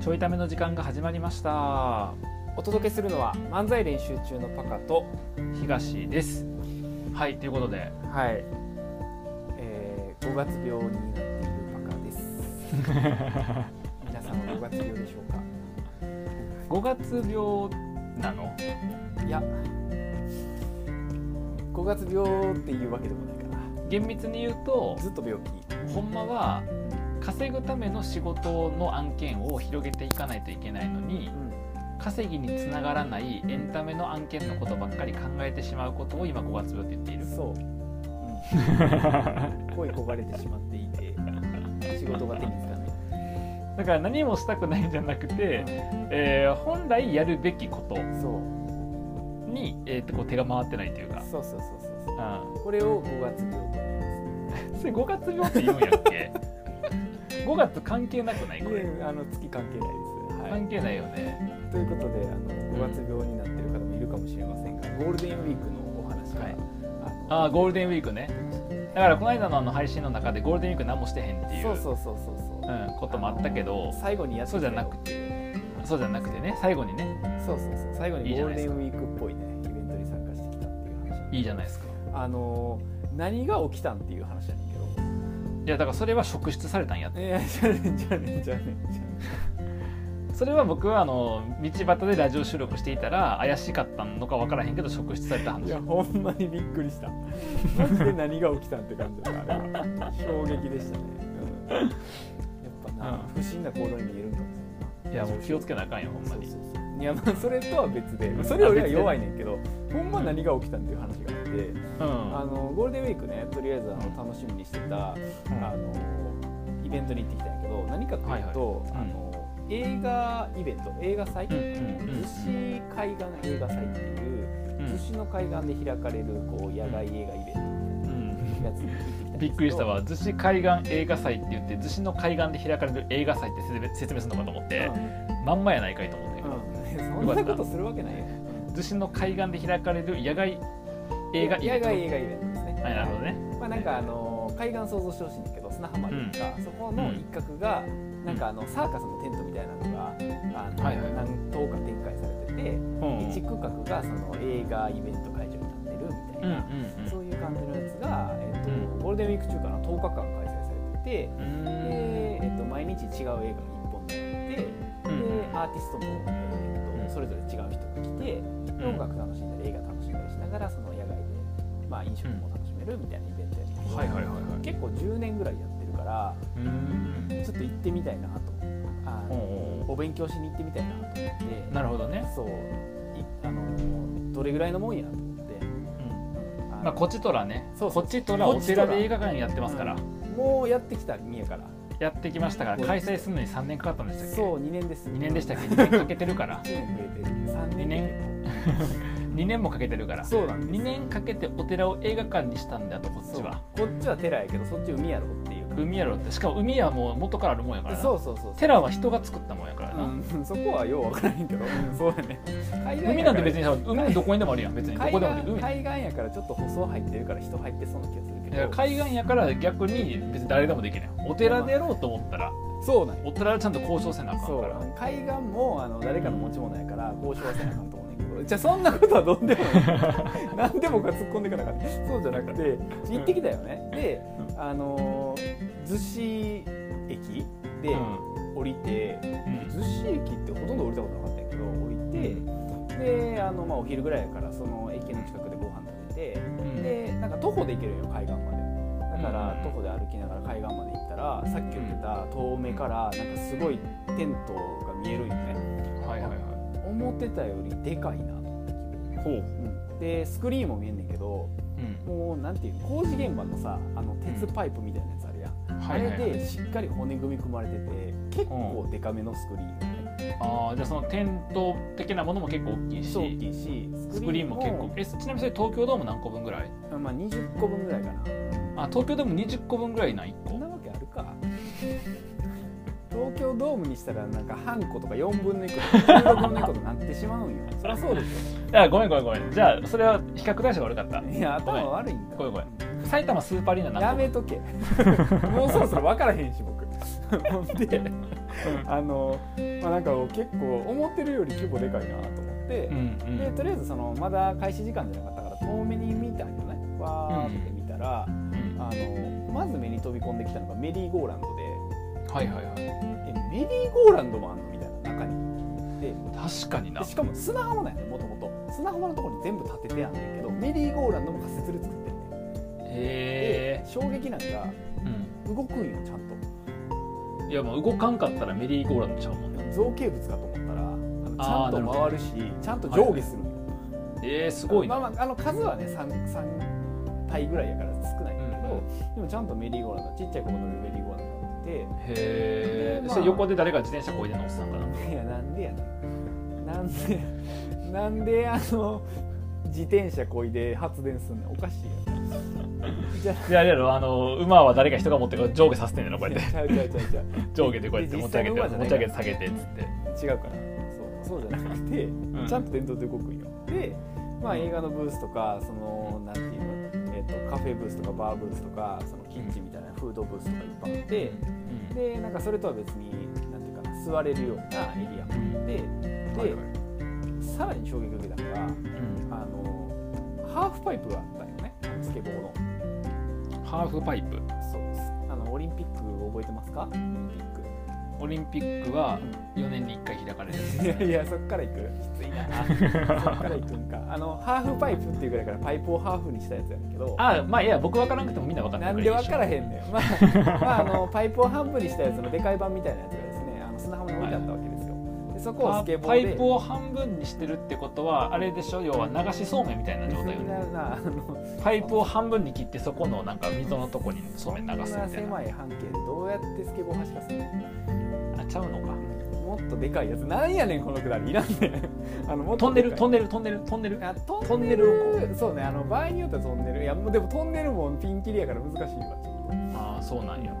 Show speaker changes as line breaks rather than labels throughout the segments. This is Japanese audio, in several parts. ちょいための時間が始まりました
お届けするのは漫才練習中のパカと
東ですはいということで
はい、えー、5月病になっているパカです 皆さんは5月病でしょうか
5月病なの
いや5月病っていうわけでもないか
厳密に言うと
なずっと病気
ほんまは稼ぐための仕事の案件を広げていかないといけないのに
うん
稼ぎにつながらないエンタメの案件のことばっかり考えてしまうことを今5月病って言っている
そう、うん、恋焦がれてしまっていて仕事が手につかない
だから何もしたくないんじゃなくて、えー本来やるべきこと
そう
に、えーとこう手が回ってないというか、
そうそうそうそうそう
う
これを5月病と言います
ん、それ5月病って言うんやっけ 5月関係なくないこれ、
いやあの月関係ないです、はい
関係ないよね
ということであの5月病になってる方もいるかもしれませんがゴールデンウィークのお話から、
はい
あ
ああゴールデンウィークねだからこの間のあの配信の中でゴールデンウィーク何もしてへんってい
の
う
そうそうそうそうそう、
うん、こともあったけど
最後にやって
そうじゃなくてそうじゃなくてね最後にね
そうそうそう最後
い
に
い
い
じゃ
ゴー
ない
ル
で
デ
す
ン
か
ウィークっぽいねイベントに参加してきたっていう話
いいじゃないですか
あの何が起きたんっていう話だけど
いやだからそれは職質されたんやって
いやじゃあねじゃあねじゃあねじゃあね
それは僕はあの道端でラジオ収録していたら怪しかったのか分からへんけど職質された
い
話
やほんまにびっくりしたマジで何が起きたんって感じだったあれは衝撃でしたね、うんやっぱな、
うん
不審な行動に見えるんかもしれない
いやもう気をつけなあかんよほんま
そう
に
そうそういやまあ それとは別でそれよりは弱いねんけどほんま何が起きたんっていう話があって、
うん
あのゴールデンウィークねとりあえずあの楽しみにしてた、あのイベントに行ってきたんやけど何かというと、
はいはいうん
あの映画イベント映画祭、
うんうんうん
逗子海岸映画祭っていう
うん
逗子の海岸で開かれるこう野外映画イベント
うん
やつに行ってきたんですけど
びっくりしたわ逗子海岸映画祭って言って逗子の海岸で開かれる映画祭って説明説明するのかと思っ
うん
て、まんまやないかいと思ったんやけど、
うんそんなことするわけないよ
逗子の海岸で開かれる野外映画イベ
野
ント
外映画イベントですね
はいなるほどね
まあなんかあの海岸想像してほしいんだけど砂浜というか、そこの一角がなんかあのサーカスのテントみたいなのがあの、
はいはい
何棟か展開されてて、
うん
一区画がその映画イベント会場になってるみ
う
た
ん
い
うん
な、そういう感じのやつが、えっと
う
ゴールデンウィーク中から10日間開催されてて、
うん
でえっと毎日違う映画が1本流れてて、
うん
でアーティストも、えっ
うん
とそれぞれ違う人が来て、
ん
音楽楽しんだり映画楽しんだりしながらその野外で、まあ、飲食も楽しめるみたいなイベントやってて、
はいはいはいはい
結構10年ぐらいやってるから
うん
ちょっと行ってみたいなとあ
おう
の
お
お勉強しに行ってみたいなと思って。
うなるほどね、
そういあのどれぐらいのもんやと思って
うん
あの
まあ、こっちとらね
そうそう
こっちとらお寺で映画館やってますから、
もうやってきた三重から
やってきましたから開催するのに3年かかったんでしたっけ
そう2年です
2年でしたっけ2年かけてるから
1年増えてる3年で
2年もかけてるから
そうなんです
2年かけてお寺を映画館にしたんだとこっ
そ
ち
う
は
こっちは寺やけどそっち海やろっていう
海やろってしかも海はもう元からあるもんやからな
そうそうそう
寺は人が作ったもんやから
う
な、
ん、そこはよう分からへんけどうんそうやね海
海なんて別
に
にさ海どこにでもあるやん別にど
海
こでもある
岸
海
海岸やからちょっと舗装入ってるから人入ってそうな気がする
い
け
や
ど
海岸やから逆に別に誰でもできないお寺でやろうと思ったら
そうなんよ
お寺はちゃんと交渉せなあか
そ
んから
う海岸もあの誰かの持ち物やから交渉はせなあかんと思うねんけ どじゃあそんなことはどうでもい いなんで僕が突っ込んでいかなかったそうじゃなくて行ってきたよねであのー逗子駅で降りて
うん
逗子駅ってほとんど降りたことなかったんやけど降りてであの、まあ、お昼ぐらいやからその駅の近くでご飯食べて
うん
でなんか徒歩で行けるよ海岸までだか
うん
ら徒歩で歩きながら海岸まで行ったらさっき言ってた遠目からなんかすごいテントが見えるんよね
うんはいはいはい
思ってたよりでかいなと思って
ほう、
うんでスクリーンも見えんねんけど
うん
もうなんていうの工事現場のさあの鉄パイプみたいなやつあるやん、
はいはい
あ
はい
れでしっかり骨組み組まれてて結構でかめのスクリーンよね、
ああじゃあそのテント的なものも結構大きいし
そう大きいし
スクリーンも結構えちなみにそれ東京ドーム何個分ぐらい
構まあ20個分ぐらいかな
あ東京ドーム20個分ぐらいな1
そ
個
んなわけあるか東京ドームにしたらなんか半個とか4分の1個とか16分の1個となってしま うんよそりゃそうでし
あごめんごめんごめんじゃあそれは比較対象が悪かった
ょいや頭悪いんだ
ごめんごめん埼玉スーパーアリーナ
や
何
めとけもうそろそろ分からへんし 僕ほんであの、まあ、なんか結構思ってるより規模でかいなと思って、
うんうん
でとりあえずそのまだ開始時間じゃなかったから遠目に見たんよねわーって見たら、
うん
あのまず目に飛び込んできたのがメリーゴーランド
はいはいはい
でえメリーゴーランドもあんのみたいな中にで
確かにな
でしかも砂浜なんやねもともと砂浜のところに全部建ててあんねんけどメリーゴーランドも仮設で作ってんねんで
へえ
衝撃なんか動くんよちゃんと
うんいやもう動かんかったらメリーゴーランドちゃうもんね
造形物かと思ったら
あ
あ
ー
のちゃんと回るしちゃんと上下するんよ、
えー、すごい
ま
な
あまああの数はね 3, 三体ぐらいやから少ないんだけど、
うん
でもちゃんとメリーゴーランドちっちゃい子が乗るメリーゴーランドになってて
へえ
で
それ
まあ
横で誰か自転車こいでんのおっさんかない
やなんでやねんなんでなんであの自転車こいで発電すんのおかしいやろじゃ
いやいやろあの馬は誰か人が持ってこう上下させてんねんのこうやって
ちゃうちゃうちゃうちゃう
上下でこうやって
で
持ち上げて
実際の馬じ
持
ゃない
ち上げて下げてっつって
違うからそうそうじゃなくて、
ん
ちゃんと電動で動くんよで、まあ、映画のブースとかそのなんていうの、えっとカフェブースとかバーブースとかそのキッチンみたいなフードブースとかいっぱいあって、
うん
でなんかそれとは別になんていうかな座れるようなエリアもあってで、
はいはい
さらに衝撃を受けたのが
うん
あのハーフパイプがあったんよねスケボーの
ハーフパイプ
そうあのオリンピック覚えてますかオリンピック
オリンピックは4年に1回開かれるやつ
いやいやそっから行くきついなそっから行くんかあのハーフパイプっていうぐらいからパイプをハーフにしたやつやねんけど
あまあいや僕分からなくてもみんな分かんな
ないんで
わ
分からへんねん、まあ、まああのパイプを半分にしたやつのでかい版みたいなやつがですねあの砂浜に置いてあったわけですよでそこをスケボ
パ
ー
イ
で
プを半分にしてるってことはあれでしょ要は流しそうめんみたいな状態よ
みん
ね
ななあの
パイプを半分に切ってそこのなんか溝のとこにそう
そ
めん
ん
流
な
すみたいな
狭い半径でどうやってスケボー走らせる
あちゃうのか
のもっとでかいやつなんやねんこのくだりいらんねん あのもっ
ト
と
ンネ
でかい
ルトンネルトンネルトンネル
あ
ト
ト
ン
ン
ネ
ネ
ル
ルそうねあの場合によってはトンネルいやもうでもトンネルもピンキリやから難しいわちょっ
ああそうなんや
と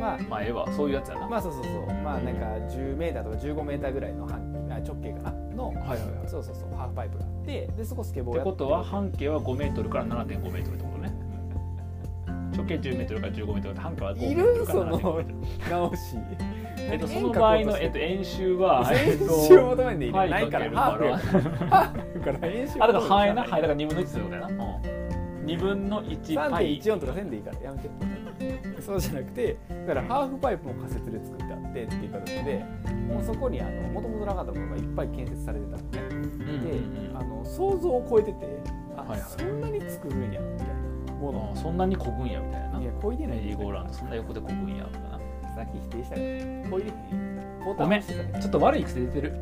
まあ
まあええわそういうやつやな、
まあそうそうそうまあなんか10メーターとか15メーターぐらいの半あ直径かなの、
はいはいはい
そうそうそうハーフパイプがあってでそこスケボ
っ
ー
て
や
こと
る
は半径は5メートルから7.5メートルってことね直径10メートルから15メートルって半径は5メ
い
ート
る
ルか
そ
ら7.5メ
の
ートル
直し
えっとその場合のえっと演習 はえっ
演
と
習を求めていい
パ
ね
イ
ないからハ
かける
ーフやからハーフやから演習
あれだ半円なはいだから2分の1することやな、うん、2分の1パイ
3.14とかせんでいいからやめてそうじゃなくてだからハーフパイプも仮設で作ってあってっていう形でもうそこにあの元々なかったものがいっぱい建設されてたの
う
ね
ん
で、
うんうん
あの想像を超えててあ、
はいはい
そんなに作るんやみたいなも
あ
の
そんなにこぐんやみたいない
やこいでない
メリーゴーランドそんな横でこぐんやとかな
さっき否定したからこいでないボタ
ご
ン
めん
押してたね
ちょっと悪い癖出てる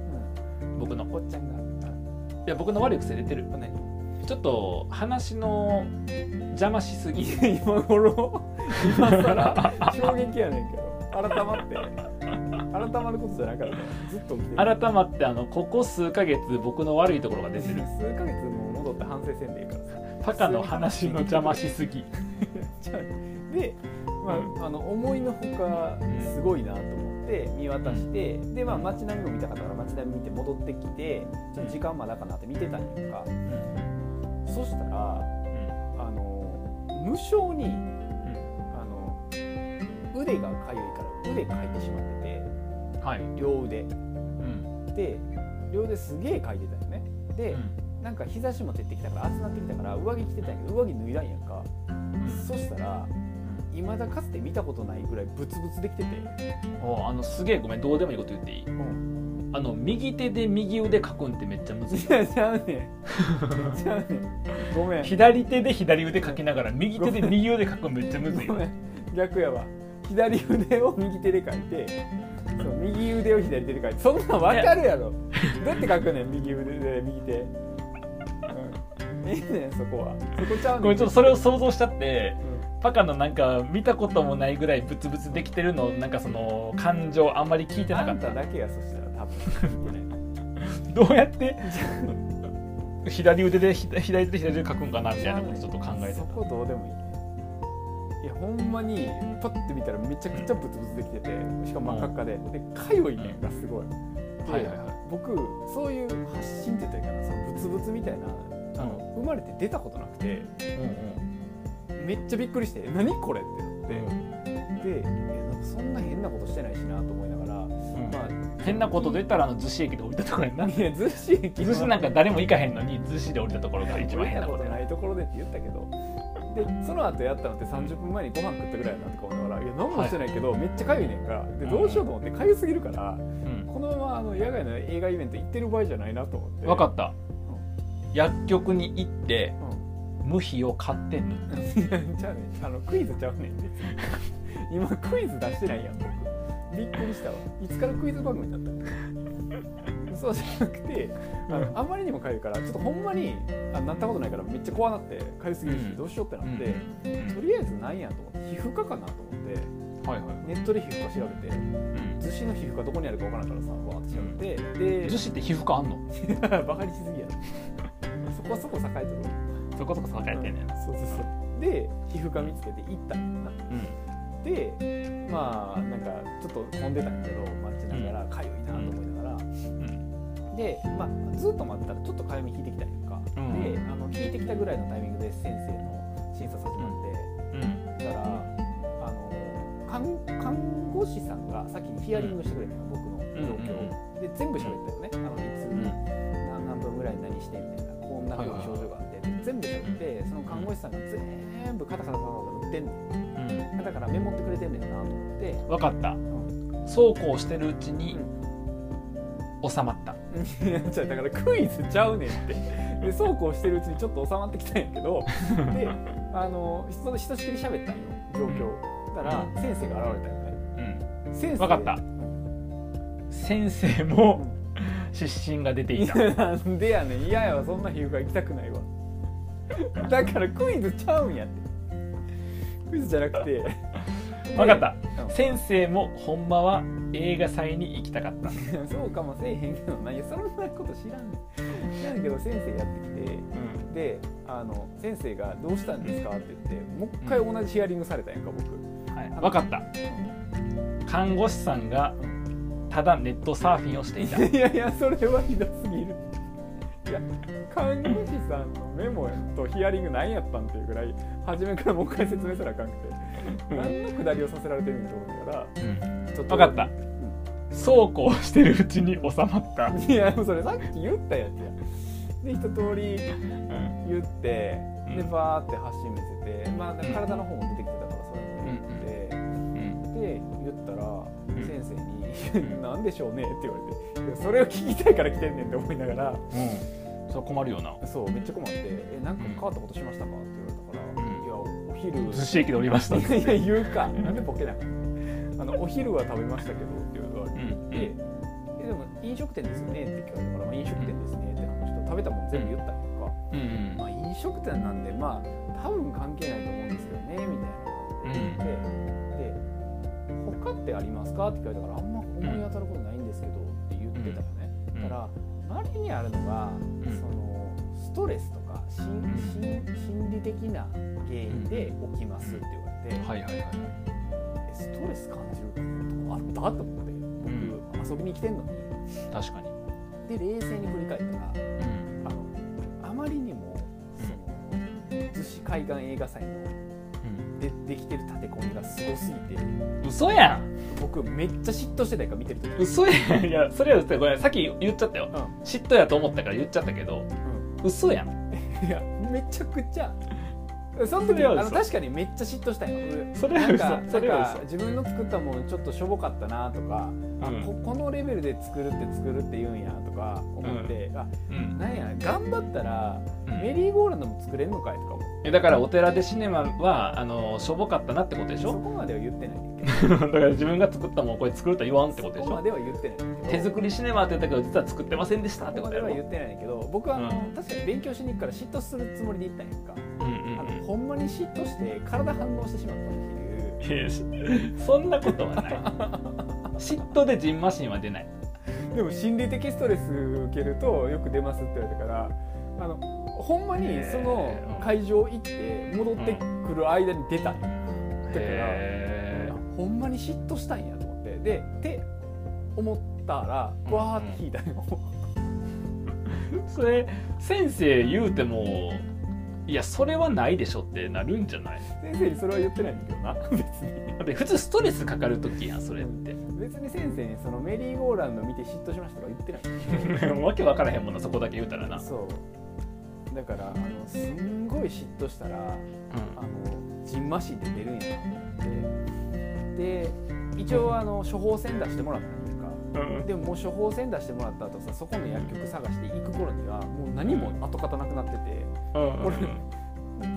僕の
うん、おっちゃんが
いや僕の悪い癖出てる
あ何
ちょっと話の邪魔しすぎ
いや今頃今更衝撃やねんけど改まって改まることじゃなかったずっと見てる
改まってあのここ数ヶ月僕の悪いところが出てる
数ヶ月も戻って反省せんでいいからさ
パカの話の邪魔しすぎ
じゃあで、まあ、あの思いのほかすごいなと思って見渡して、でまあ街並みも見たかったから街並み見て戻ってきてちょっと時間まだかなって見てたんやんか
うん
そしたら
うん
あの無性に
う
あの腕がかゆいから腕かいてしまってて
んはい
両腕
うん
で両腕すげえかいてたよねで、
うん
なんか日差しも照ってきたから暑くなってきたから上着着てたんやけど上着脱いだんやんか、そしたらいまだかつて見たことないぐらいブツブツできてて、
おあのすげえごめんどうでもいいこと言っていいあの右手で右腕かくんってめっちゃむずい
いやちゃうねんちゃうねんごめん
左手で左腕かきながら右手で右腕かくのめっちゃむずい
ご
よ
めん逆やわ左腕を右手で書いてそう右腕を左手で書いてそんなん分かるやろどうやって書くねん右腕で右手、うん、いいねんそこはそこちゃうねん
これちょっとそれを想像しちゃって
うん
パカのなんか見たこともないぐらいブツブツできてるのなんかその感情あんまり聞いてなか
あ
っ
ん
た
ただけやそしたら多分聞いてない
どうや って左腕でひ左手で左腕書くんかなみたいなことちょっと考えて
そこどうでもいいねいやほんまにパッて見たらめちゃくちゃブツブツできててしかも真っ赤っかででかゆいねんがすごい
たはいはいはい
僕そういう発信って言ったらいいかなそのブツブツみたいなあの生まれて出たことなくて
うんうん
めっちゃびっくりして「何これ?」ってなって、でいやなんかそんな変なことしてないしなと思いながら、ま
変なことと言ったらあの逗子駅で降りたところやん
あ
ない
や逗子駅
逗子なんか誰も行かへんのに逗子で降りたところが一番変
変
な
な
こ
ことと
やな
ないところでって言ったけどでその後やったのって30分前にご飯食ったぐらいやなとか思いながらいや何もしてないけど、めっちゃかゆいねんからでどうしようと思ってかゆすぎるから
うん
このままあの野外の映画イベント行ってる場合じゃないなと思って
分かった薬局に行って
うん
無比を買って塗っ
いや じゃあねあのクイズちゃうねん別に今クイズ出してないやん僕びっくりしたわいつからクイズ番組になったのそうじゃなくてあ
う
のあまりにもかゆいからちょっとほんまにあなったことないからめっちゃ怖なってかゆすぎるし、
うん
どうしようってなって、
てうん
とりあえずなんやと思って皮膚科かなと思って
はいはい
ネットで皮膚科調べて
うん
逗子の皮膚科どこにあるかわからんからさわーって調べて、で
逗子って皮膚科あんの
バカにしすぎやろそこそこ栄えとる
そこそこ栄えてんねんな
そうそうそうで皮膚科見つけて行ったんやな
うん
でまあなんかちょっと混んでたんやけど待ちながらかゆいなと思いながら、
うん
で、まあ、ずっと待ってたらちょっとかゆみ引いてきたりとか、
うん
であの引いてきたぐらいのタイミングで先生の診察始まっ
うん
て、だからあの看看護師さんが先にヒアリングしてくれたの、僕の
うん
状況を、で全部喋ったよねあのいつ、
うん
何何分ぐらい何してみたいなこんな風に症状があって、で全部喋ってその看護師さんが全部カタカタカタカタ打ってんの
うん
だからメモってくれてんねんなと思って。
分かった
うん
そうこうしてるうちに収まった
いやじゃあだからクイズちゃうねんってでそうこうしてるうちにちょっと収まってきたんやけどであのひとひとしきり喋ったんよ状況だから先生が現れたよね
うん
先生
わかった
うん
先生も失神が出てい
い
た
やなんでやねん嫌やわそんな皮膚科行きたくないわ だからクイズちゃうんやってクイズじゃなくて
分かった
うん
先生もほんまは映画祭に行きたかった
そうかもせえへんけどないやそんなこと知らんねん知らんけど先生やってきて
うん
であの先生が「どうしたんですか?」って言ってもう一回同じヒアリングされたんやんか僕、
はい分かった看護師さんがただネットサーフィンをしていた
いやいやそれはひどすぎるいや看護師さんのメモとヒアリング何やったんっていうぐらい初めからもう一回説明すらあかんくて何のくだりをさせられてるんだと思うから
うん
ちょっ
分かったそうこうしてるうちに収まった
いやもうそれさっき言ったやつやで一通り
うん
言ってで
うん
バーって発信見せて、まあ、体の方も出てきてたからそれも言って。
うん
で言ったら
ん
先生に「 何でしょうね」って言われていやそれを聞きたいから来てんねんって思いながら
うんそれ困るよな
そうめっちゃ困って「えなんか変わったことしましたか?」って言われたから「
うん
いやお昼
寿司駅で降りました
いや言うかなんでボケなのあのお昼は食べましたけど」って言わ
う
れて「
ん
でえでも飲食店ですよね」って聞かれたから「まあ、飲食店ですね」って話と食べたもん全部言ったんやんか、
うんうん
まあ、飲食店なんでまあ多分関係ないと思うんですけどねみたいな
うん
でで「他ってありますか?」って聞かれたからあんま思い当たることないんですけどって言ってたよね、
うん
だから周りにあるのが、
ん
そのストレスとか心
ん
心心理的な原因で起きますって言われて、
はいはいはい
えストレス感じることあったと思って僕遊びに来てんのに
確かに
で冷静に振り返ったら
うん
あのあまりにもその逗子海岸映画祭のでできてる立て込みがすごすぎて
うん嘘やん
僕めっちゃ嫉妬してたやんか見てる時
嘘やんいやそれは嘘やごめんさっき言っちゃったよ嫉妬やと思ったから言っちゃったけど嘘やん
いやめちゃくちゃその
そ
時
れは
あ
嘘
の確かにめっちゃ嫉妬したんよ
それは
なん
嘘
か
それ
なん
は
か自分の作ったもんちょっとしょぼかったなとか、あ
うん
ここのレベルで作るって作るって言うんやとか思って、あ
嘘うん
なんや頑張ったら
うん
メリーゴーランドも作れんのかいとか思って
えだからお寺でシネマはあのしょぼかったなってことでし
そこ
ょ
までは言ってないんだ
だから自分が作ったもんこれ作るとは言わん って
け
こ
ど
とで
そ
し
こま
ょ
では言ってないんだけ
手
ど
作りシネマって言ったけど実は作ってませんでしたって
そ
こと
こまで
やろ
は
うん
言ってないんだけど僕はあの、
う
確かに勉強しに行くから嫉妬するつもりで行ったんやんか、
うん
あ
う
の
ん
ほんまに嫉妬して体反応してしまったっていう
いやし そんなことはない嫉妬でジンマシンは出ない
でも心理的ストレス受けるとよく出ますって言われたからあのほんまにその会場行って戻ってくる間に出たんよだから
へ
ほんまに嫉妬したんやと思ってでって思ったら
うん
わーって引いたんよ、
えそれ先生言うてもいやそれはないでしょってなるんじゃない
先生にそれは言ってないんだけどな 別に
だって普通ストレスかかる時やんそれって
別に先生にそのメリーゴーランド見て嫉妬しましたとか言ってない
わけわからへんもんなそこだけ言うたらな、うん、
そうだからあのすんごい嫉妬したらあのジンマシンで出るんやなと思ってで一応あの処方箋出してもらったんやんか
うん、
でももう処方箋出してもらった後さそこの薬局探して行く頃にはもう何も跡形なくなってて
うん
俺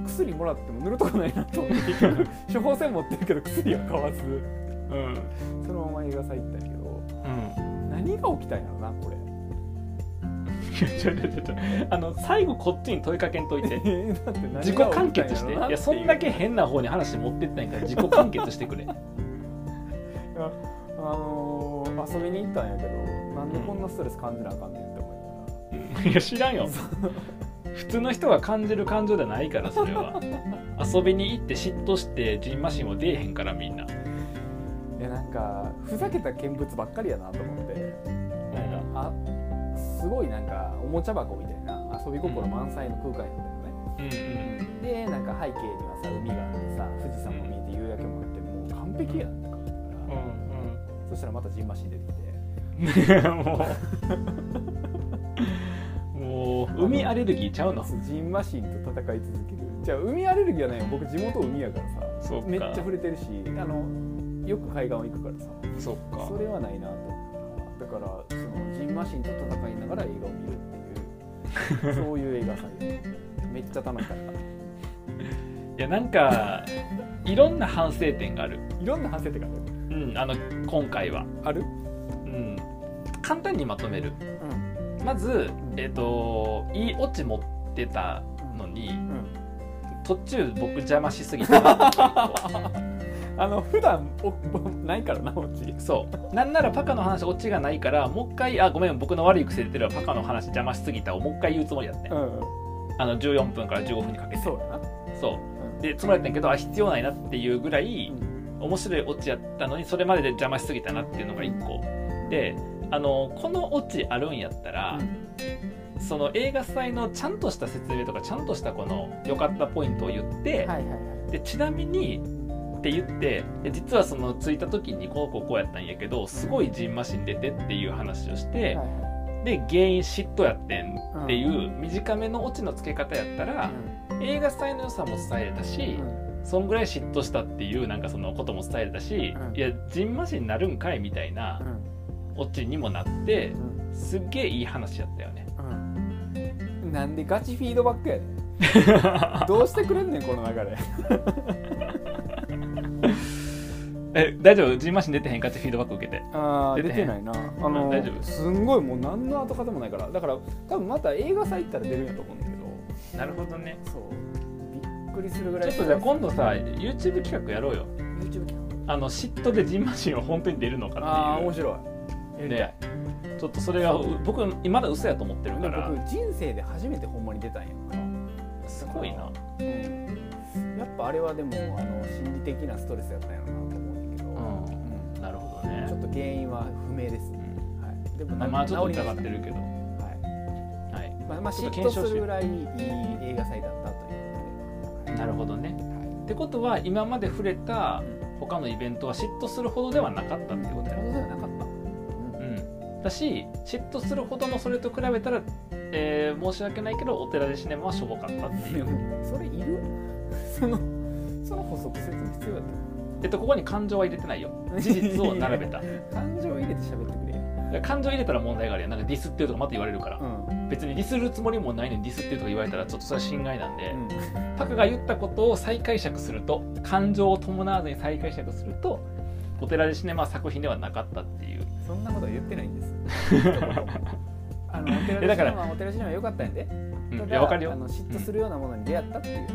薬もらっても塗るとこないなと思って結局処方箋持ってるけど薬は買わず
うん
そのまま映画祭行ったんやけど
うん
何が起きたんやろなこれ
いやちょちょちょちょあの最後こっちに問いかけんといて
だ って何が起
自
き
己
たんやろな
完結してい
ってう
やそんだけ変な方に話持ってったんやから自己完結してくれ
あのー遊びに行ったんやけどなんでこんなストレス感じなあかんねんって思いながら。
いや知らんよ普通の人が感じる感情じゃないからそれは遊びに行って嫉妬してジンマシンも出えへんからみんな、
いやなんかふざけた見物ばっかりやなと思って
うん
あすごいなんかおもちゃ箱みたいな遊び心満載の空間やったよ
うんうん
ね、でなんか背景にはさ海があってさ富士山も見えて夕焼けもあってもう完璧やんか
う
ら、
ん
そしたらまたジンマシン出てきて
うんもうもう海アレルギーちゃうの
そうジンマシンと戦い続けるじゃあ海アレルギーはないよ僕地元海やからさ
そうか
めっちゃ触れてるしあのよく海岸は行くからさ
そっか
それはないなと思ったからだからそのジンマシンと戦いながら映画を見るっていうそういう映画祭めっちゃ楽しかった
いやなんかいろんな反省点がある、
いろんな反省点が
うん、あの今回は、
ある
うん、簡単にまとめる
ある
まず、えっといいオチ持ってたのに
うん、
途中僕邪魔しすぎ たなっていうのと
あの普段おぼないからなオチ
そうなんならパカの話オチがないからもう一回あごめん僕の悪い癖出てるわパカの話邪魔しすぎたをもう一回言うつもりやってん、
ん
あの14分から15分にかけて
そうやな
そうでつまりやったんやけどあ必要ないなっていうぐらい面白いオチやったのにそれまでで邪魔しすぎたなっていうのが1個であのこのオチあるんやったら、その映画祭のちゃんとした説明とかちゃんとしたこの良かったポイントを言って、
はいはいはい
でちなみにって言ってで実はその着いた時にこうこうこうやったんやけどすごいジンマシン出てっていう話をして、
はい
で原因嫉妬やってんっていう短めのオチの付け方やったら、映画祭の良さも伝えれたし、そんぐらい嫉妬したっていうなんかそのことも伝えれたし、
うん
いやジンマシンになるんかいみたいなオチにもなってすっげえいい話やったよね。
なんでガチフィードバックやねん どうしてくれんねんこの流れ
え大丈夫ジンマシン出てへんかってフィードバック受けて。
あー
出
出
てへ
て
ん
ないなあの
大丈夫
すんごいもう何の跡形もないからだから多分また映画祭行ったら出るんやと思うんだけど
なるほどね。
そうびっくりするぐ
ち
ら
ょ
い
っとじゃあ今度さ YouTube 企画やろうよ。
YouTube 企画
あの嫉妬でジンマシンは本当に出るの
あ
か
あ
ってい
面
う。
白いやりたい
ねちょっとそれが僕まだ嘘やと思ってる
で
から
僕人生で初めてほんまに出たんやんか
すごいな。
やっぱあれはでもあの心理的なストレスやったんやろなと思うんだけど、うん
なるほど
ちょ
ね
っ。と原因は不明です、
うん
はい、でも
まあ
な
まあちょっと
治りま
疑
し
ったてるけど。
はい
はい。
まあまあ、
ちょ
嫉
っと検
妬
証し
するぐらいいい映画祭だったということで、
なるほどね。ってことは今まで触れた他のイベントは嫉妬するほどではなかったってことや。
そうじゃなかった、
うん。だし嫉妬するほどのそれと比べたら、えー申し訳ないけどお寺でシネマはしょぼかったっていう。
それいるそのその補足説明必要だっ
えっとここに感情は入れてないよ。事実を並べた。
た感情入れて喋ってくれよ、
感情入れたら問題があるやんなんかディスってるとかまた言われるから、
うん
別にディスるつもりもないのにディスってるとか言われたらちょっとそれは侵害なんで、パクが言ったことを再解釈すると感情を伴わずに再解釈するとお寺でシネマは作品ではなかったっていう
そんなことは言ってないんです一言も あのお寺
えだ
のシ
か
ネ
ら
マはお寺シネマは良かったんやで
うん、
た
い
だ
やわかるよ
あの嫉妬するようなものに出会ったっていう話、
うん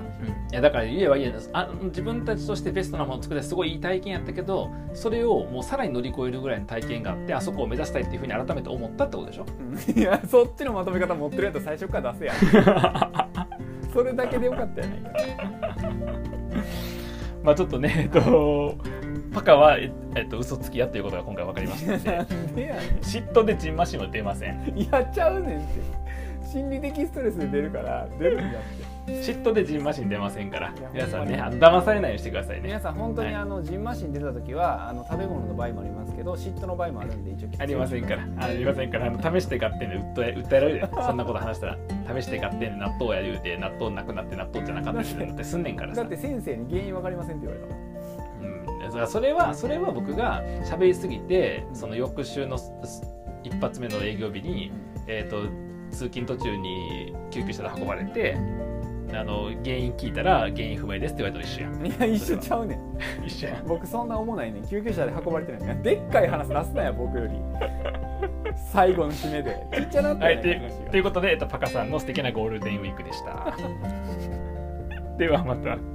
いやだから言えば言えですあ自分たちとしてベストなものを作ってすごいいい体験やったけどそれをもうさらに乗り越えるぐらいの体験があってあそこを目指したいっていうふうに改めて思ったってことでしょ
うんい やそっちのまとめ方持ってるやつは最初から出せや それだけでよかったやないか
まあちょっとねえっとパカは、ええっと、嘘つきやということが今回分かりましたので
なんでやね
嫉妬でジンマシンは出ません
んやっちゃうねんって心理的ストレスで出るから出るんだって
嫉妬でジンマシン出ませんから
いや
皆さん
ほ
ね
ん
あ
ま
の騙されないようにしてくださいね
皆さん本当
は
に
い
あのジンマシン出た時はあの食べ物の場合もありますけど嫉妬の場合もあるんで一応気をつけて
ありませんからありませんからあの試して買ってね訴え訴えられるよそんなこと話したら試して買ってね納豆や言うて納豆なくなって納豆じゃなかったりするのってすんねんから
だ
さ
って先生に原因わかりませんって言われたもん
うん、だからそれはそれは僕が喋りすぎてその翌週のすす一発目の営業日に、えー、と通勤途中に救急車で運ばれてあの原因聞いたら原因不明ですって言われたら一緒やん
いや一緒ちゃうねん
一緒やん
僕そんな思ないねん救急車で運ばれてないねんでっかい話出すなよ僕より最後の締めでちっちゃなった
は
ね
い、という
話が
ということで、えっと、パカさんの素敵なゴールデンウィークでした。ではまた。